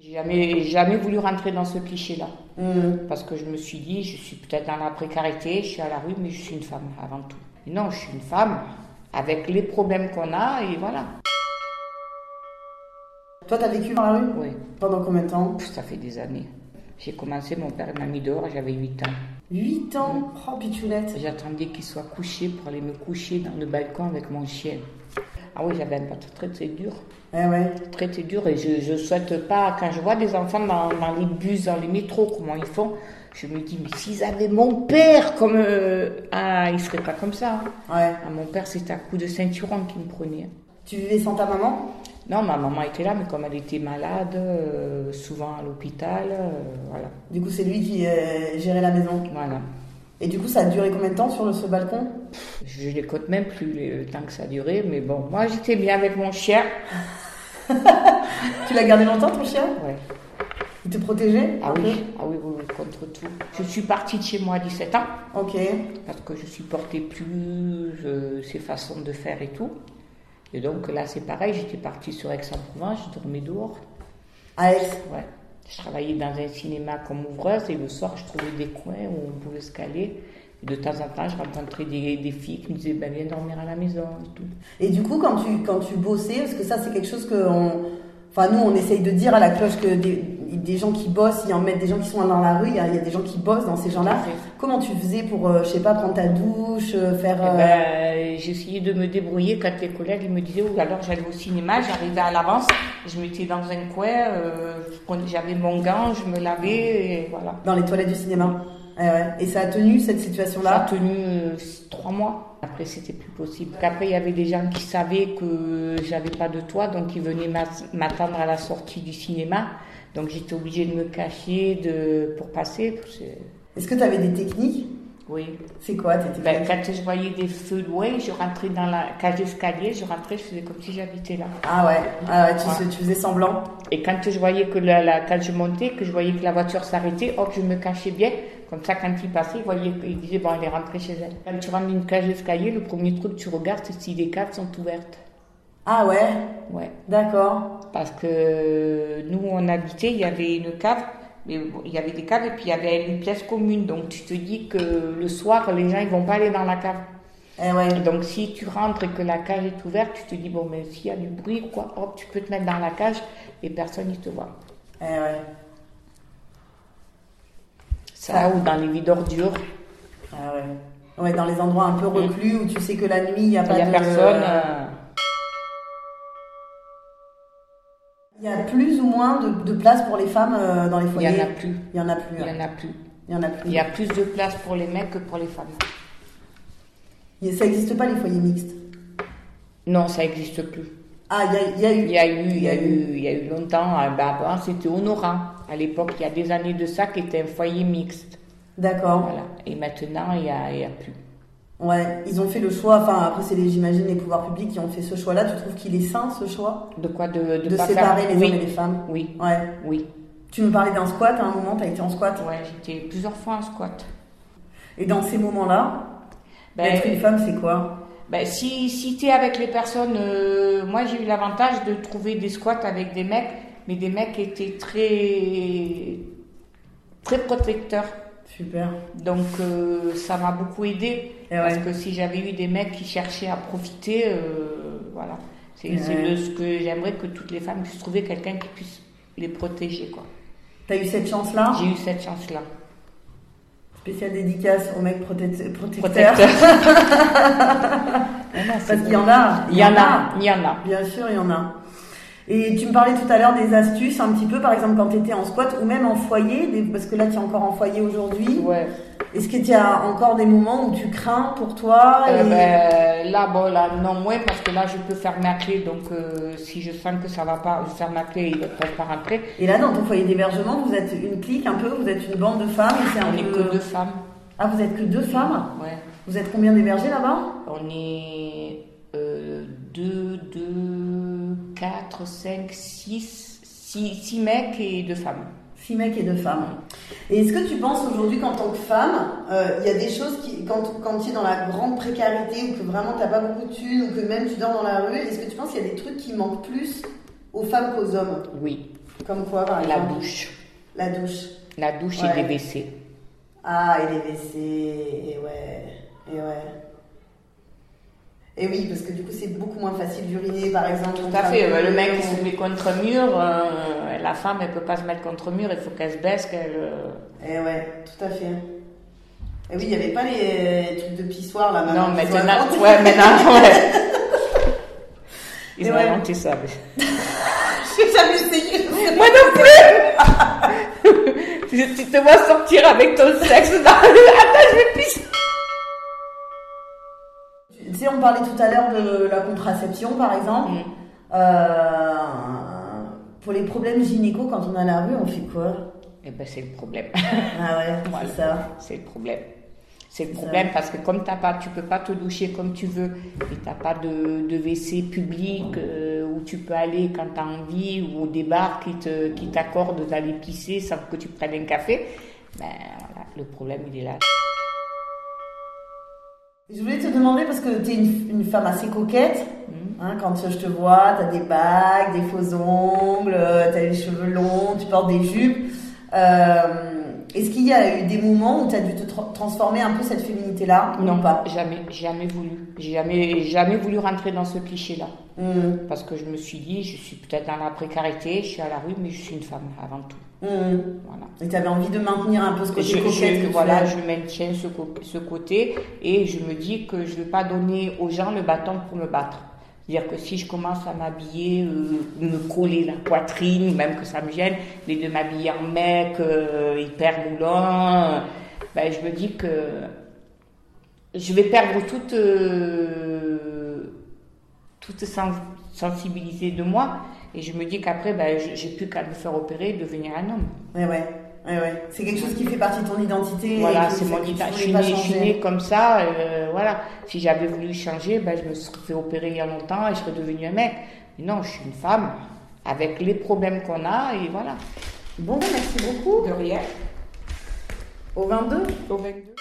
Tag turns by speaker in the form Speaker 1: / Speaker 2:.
Speaker 1: J'ai jamais, jamais voulu rentrer dans ce cliché-là.
Speaker 2: Mhm.
Speaker 1: Parce que je me suis dit, je suis peut-être dans la précarité, je suis à la rue, mais je suis une femme avant tout. Et non, je suis une femme avec les problèmes qu'on a, et voilà.
Speaker 2: Toi, t'as vécu dans la rue
Speaker 1: Oui,
Speaker 2: Pendant combien de temps
Speaker 1: ça fait des années. J'ai commencé, mon père m'a mis dehors, j'avais 8 ans.
Speaker 2: 8 ans Oh, pitounette
Speaker 1: J'attendais qu'il soit couché pour aller me coucher dans le balcon avec mon chien. Ah oui, j'avais un patron très très dur.
Speaker 2: Eh ouais.
Speaker 1: Très très dur et je ne souhaite pas, quand je vois des enfants dans, dans les bus, dans les métros, comment ils font, je me dis, mais s'ils avaient mon père comme... euh, ah, ils seraient pas comme ça. hein.
Speaker 2: Ouais.
Speaker 1: Ah, mon père, c'était un coup de ceinturon qui me prenait.
Speaker 2: Tu vivais sans ta maman
Speaker 1: Non, ma maman était là, mais comme elle était malade, euh, souvent à l'hôpital, euh, voilà.
Speaker 2: Du coup, c'est lui qui euh, gérait la maison.
Speaker 1: Voilà.
Speaker 2: Et du coup, ça a duré combien de temps sur le- ce balcon
Speaker 1: Je les compte même plus les- le temps que ça a duré, mais bon, moi j'étais bien avec mon chien.
Speaker 2: Tu l'as gardé longtemps, ton chien
Speaker 1: Ouais.
Speaker 2: Il te protégeait
Speaker 1: Ah oui, ah oui, oui, oui, contre tout. Je suis partie de chez moi à 17 ans
Speaker 2: Ok.
Speaker 1: parce que je supportais plus euh, ces façons de faire et tout. Et donc là, c'est pareil, j'étais partie sur Aix-en-Provence, je dormais dehors.
Speaker 2: À Aix
Speaker 1: Ouais. Je travaillais dans un cinéma comme ouvreuse et le soir, je trouvais des coins où on pouvait se caler. Et de temps en temps, je rencontrais des, des filles qui me disaient ben, Viens dormir à la maison et tout.
Speaker 2: Et du coup, quand tu, quand tu bossais, parce que ça, c'est quelque chose que. on- Enfin, nous, on essaye de dire à la cloche que des, des gens qui bossent, il y en mettent des gens qui sont dans la rue, il y a, il y a des gens qui bossent dans ces gens-là.
Speaker 1: Tout à fait.
Speaker 2: Comment tu faisais pour, euh, je sais pas, prendre ta douche, euh, faire.
Speaker 1: Eh
Speaker 2: euh,
Speaker 1: ben, j'essayais de me débrouiller quand les collègues ils me disaient, ou alors j'allais au cinéma, j'arrivais à l'avance, je mettais dans un coin, euh, je prenais- j'avais mon gant, je me lavais, et voilà.
Speaker 2: Dans les toilettes du cinéma. Eh ouais. Et ça a tenu cette
Speaker 1: Ça a
Speaker 2: situation-là
Speaker 1: tenu euh, trois mois. Après, c'était plus possible. Après, il y avait des gens qui savaient que j'avais pas de toit, donc ils venaient m'as- m'attendre à la sortie du cinéma. Donc j'étais obligée de me cacher de, pour passer. parce que-
Speaker 2: Est-ce que tu avais des techniques
Speaker 1: Oui.
Speaker 2: C'est quoi tes techniques
Speaker 1: Ben, quand je voyais des feux loin, je rentrais dans la cage d'escalier, je rentrais, je faisais comme si j'habitais là.
Speaker 2: Ah ouais, ah ouais, tu,
Speaker 1: Ouais.
Speaker 2: tu faisais semblant.
Speaker 1: Et quand je voyais que la, la- quand je montais, que je voyais que la voiture s'arrêtait, hop, je me cachais bien. Comme ça, quand il passait, il voyait, il disait, bon, elle est rentrée chez elle. Quand tu rentres dans une cage d'escalier, le premier truc que tu regardes, c'est si les caves sont ouvertes.
Speaker 2: Ah ouais,
Speaker 1: Ouais.
Speaker 2: d'accord.
Speaker 1: Parce que nous, on habitait, il y avait une cave, mais bon, il y avait des caves et puis il y avait une pièce commune. Donc tu te dis que le soir, les gens, ils vont pas aller dans la cave.
Speaker 2: Eh ouais.
Speaker 1: Donc si tu rentres et que la cage est ouverte, tu te dis, bon, mais s'il y a du bruit, ou quoi, hop, tu peux te mettre dans la cage et personne ne te voit.
Speaker 2: Eh ouais.
Speaker 1: Ça, ou dans les vies d'ordures.
Speaker 2: Ah ouais. Ouais, dans les endroits un peu reclus où tu sais que la nuit, il n'y a
Speaker 1: Mm. Il
Speaker 2: pas
Speaker 1: n'y a
Speaker 2: de...
Speaker 1: personne. euh,
Speaker 2: Il y a plus ou moins de, de place pour les femmes euh, dans les
Speaker 1: Il n'y
Speaker 2: foyers.
Speaker 1: en a plus.
Speaker 2: Il y en a plus.
Speaker 1: Il n'y
Speaker 2: ouais.
Speaker 1: en a plus.
Speaker 2: Il y en a plus.
Speaker 1: Il y a plus de place pour les mecs que pour les femmes.
Speaker 2: Il- Ça n'existe pas les foyers mixtes.
Speaker 1: Non, ça n'existe plus.
Speaker 2: Ah, il y a, il y a eu.
Speaker 1: Il y a eu, il y a eu, il y a eu longtemps. euh, bah, avant, c'était honorant. À l'époque, il y a des années de ça, qui était un foyer mixte.
Speaker 2: D'accord.
Speaker 1: Voilà. Et maintenant, il n'y a, il y a plus.
Speaker 2: Ouais, ils ont fait le choix. Enfin, après, c'est les, j'imagine, les pouvoirs publics qui ont fait ce choix-là. Tu trouves qu'il est sain, ce choix
Speaker 1: De quoi de,
Speaker 2: De,
Speaker 1: pas
Speaker 2: séparer
Speaker 1: faire-
Speaker 2: les
Speaker 1: oui.
Speaker 2: hommes et les femmes
Speaker 1: Oui,
Speaker 2: Ouais.
Speaker 1: oui.
Speaker 2: Tu me parlais d'un squat à un moment, t'as été en squat.
Speaker 1: Ouais, j'étais plusieurs fois en squat.
Speaker 2: Et dans ces moments-là,
Speaker 1: Ben,
Speaker 2: être une femme, c'est quoi
Speaker 1: Ben, si si tu es avec les personnes, euh, moi j'ai eu l'avantage de trouver des squats avec des mecs, mais des mecs étaient très très protecteurs.
Speaker 2: Super.
Speaker 1: Donc euh, ça m'a beaucoup aidé
Speaker 2: Eh
Speaker 1: parce
Speaker 2: ouais.
Speaker 1: que si j'avais eu des mecs qui cherchaient à profiter, euh, voilà, c'est
Speaker 2: Eh
Speaker 1: c'est
Speaker 2: ouais.
Speaker 1: le- ce que j'aimerais que toutes les femmes puissent trouver quelqu'un qui puisse les protéger quoi.
Speaker 2: T'as eu cette chance-là
Speaker 1: J'ai eu cette chance là.
Speaker 2: Spéciale dédicace aux mecs protec- protecteurs.
Speaker 1: Protecteur.
Speaker 2: Parce qu'il y en a.
Speaker 1: Il y en a, il y en a.
Speaker 2: Bien sûr, il y en a. Et tu me parlais tout à l'heure des astuces, un petit peu, par exemple, quand tu étais en squat ou même en foyer, des- parce que là, tu es encore en foyer aujourd'hui.
Speaker 1: Ouais.
Speaker 2: Est-ce qu'il y a encore des moments où tu crains pour toi
Speaker 1: Euh,
Speaker 2: et-
Speaker 1: ben, là, bon, là, non, moins, parce que là, je peux faire ma clé, donc euh, si je sens que ça va pas, je ferme ma clé et l'autre passe par après.
Speaker 2: et... là, dans ton foyer d'hébergement, vous êtes une clique un peu, vous êtes une bande de femmes. et c'est un
Speaker 1: On est
Speaker 2: peu-
Speaker 1: que deux femmes,
Speaker 2: Ah, vous êtes que deux femmes
Speaker 1: ouais.
Speaker 2: Vous êtes combien d'hébergés là-bas
Speaker 1: On est euh, deux, deux, quatre, cinq, six, six, six mecs et deux femmes.
Speaker 2: Six mecs et deux femmes. Et est-ce que tu penses aujourd'hui qu'en tant que femme, euh, il y a des choses qui, quand, quand tu es dans la grande précarité ou que vraiment t'as pas beaucoup de thunes ou que même tu dors dans la rue, est-ce que tu penses qu'il y a des trucs qui manquent plus aux femmes qu'aux hommes
Speaker 1: Oui.
Speaker 2: Comme quoi, par
Speaker 1: La
Speaker 2: exemple
Speaker 1: douche.
Speaker 2: La douche.
Speaker 1: La douche
Speaker 2: Ouais.
Speaker 1: et les WC.
Speaker 2: Ah, et les WC, et ouais, et ouais. Et oui, parce que du coup, c'est beaucoup moins facile d'uriner, par exemple.
Speaker 1: Tout à fait. euh, Le mec, il se met contre un mur. euh, la femme, elle peut pas se mettre contre un mur. Il faut qu'elle se baisse, qu'elle. euh,
Speaker 2: Et Eh ouais, tout à fait. Et oui, il n'y avait pas les trucs de pissoir là
Speaker 1: Non,
Speaker 2: maintenant. qu'ils ont
Speaker 1: maintenant,
Speaker 2: inventé.
Speaker 1: ouais, maintenant, ouais. Ils
Speaker 2: Et
Speaker 1: ont
Speaker 2: ouais.
Speaker 1: inventé ça. mais-
Speaker 2: J'ai jamais essayé.
Speaker 1: Moi non plus Tu tu te vois sortir avec ton sexe dans Ah, Attends, je vais pisser
Speaker 2: Tu sais, on parlait tout à l'heure de la contraception, par exemple.
Speaker 1: Mm.
Speaker 2: Euh, pour les problèmes gynéco, quand on est à la rue, on fait quoi
Speaker 1: Eh ben, c'est le problème.
Speaker 2: Ah ouais,
Speaker 1: Voilà.
Speaker 2: c'est ça.
Speaker 1: C'est le problème. C'est le
Speaker 2: C'est ça.
Speaker 1: problème parce que comme t'as pas, tu peux pas te doucher comme tu veux et t'as pas de, de WC public euh, où tu peux aller quand t'as envie ou au débarque qui te qui t'accorde d'aller pisser sans que tu prennes un café, ben voilà, le problème il est là.
Speaker 2: Je voulais te demander, parce que tu es une, une femme assez coquette,
Speaker 1: Mm.
Speaker 2: hein, quand je te vois, tu as des bagues, des faux ongles, tu as les cheveux longs, tu portes des jupes. Euh, Est-ce qu'il y a eu des moments où tu as dû te tra- transformer un peu cette féminité-là ou
Speaker 1: Non,
Speaker 2: pas.
Speaker 1: jamais, jamais voulu. J'ai jamais, jamais voulu rentrer dans ce cliché-là.
Speaker 2: Hum,
Speaker 1: Parce que je me suis dit, je suis peut-être dans la précarité, je suis à la rue, mais je suis une femme avant tout.
Speaker 2: hum.
Speaker 1: Voilà.
Speaker 2: Et tu avais envie de maintenir un peu ce
Speaker 1: Je,
Speaker 2: côté coquette que
Speaker 1: je,
Speaker 2: tu
Speaker 1: voilà,
Speaker 2: as.
Speaker 1: je maintiens ce, co- ce côté et je me dis que je ne vais pas donner aux gens le bâton pour me battre. C'est-à-dire que si je commence à m'habiller, euh, me coller la poitrine, même que ça me gêne, mais de m'habiller en mec, euh, hyper moulant, euh, ben, je me dis que je vais perdre toute, euh, toute sen- sensibilité de moi et je me dis qu'après, ben, je- j'ai plus qu'à me faire opérer et devenir un homme.
Speaker 2: Ouais, ouais. ouais, ouais. C'est quelque chose qui fait partie de ton identité. et
Speaker 1: Voilà,
Speaker 2: que-
Speaker 1: c'est mon
Speaker 2: que tu
Speaker 1: guitare. Je
Speaker 2: voulais
Speaker 1: suis
Speaker 2: pas
Speaker 1: née- je suis
Speaker 2: changer.
Speaker 1: née comme ça. euh, voilà. Si j'avais voulu changer, ben, je me serais fait opérer il y a longtemps et je serais devenue un mec. Mais non, je suis une femme avec les problèmes qu'on a et voilà.
Speaker 2: Bon, merci beaucoup.
Speaker 1: De rien.
Speaker 2: Au 22
Speaker 1: Au 22.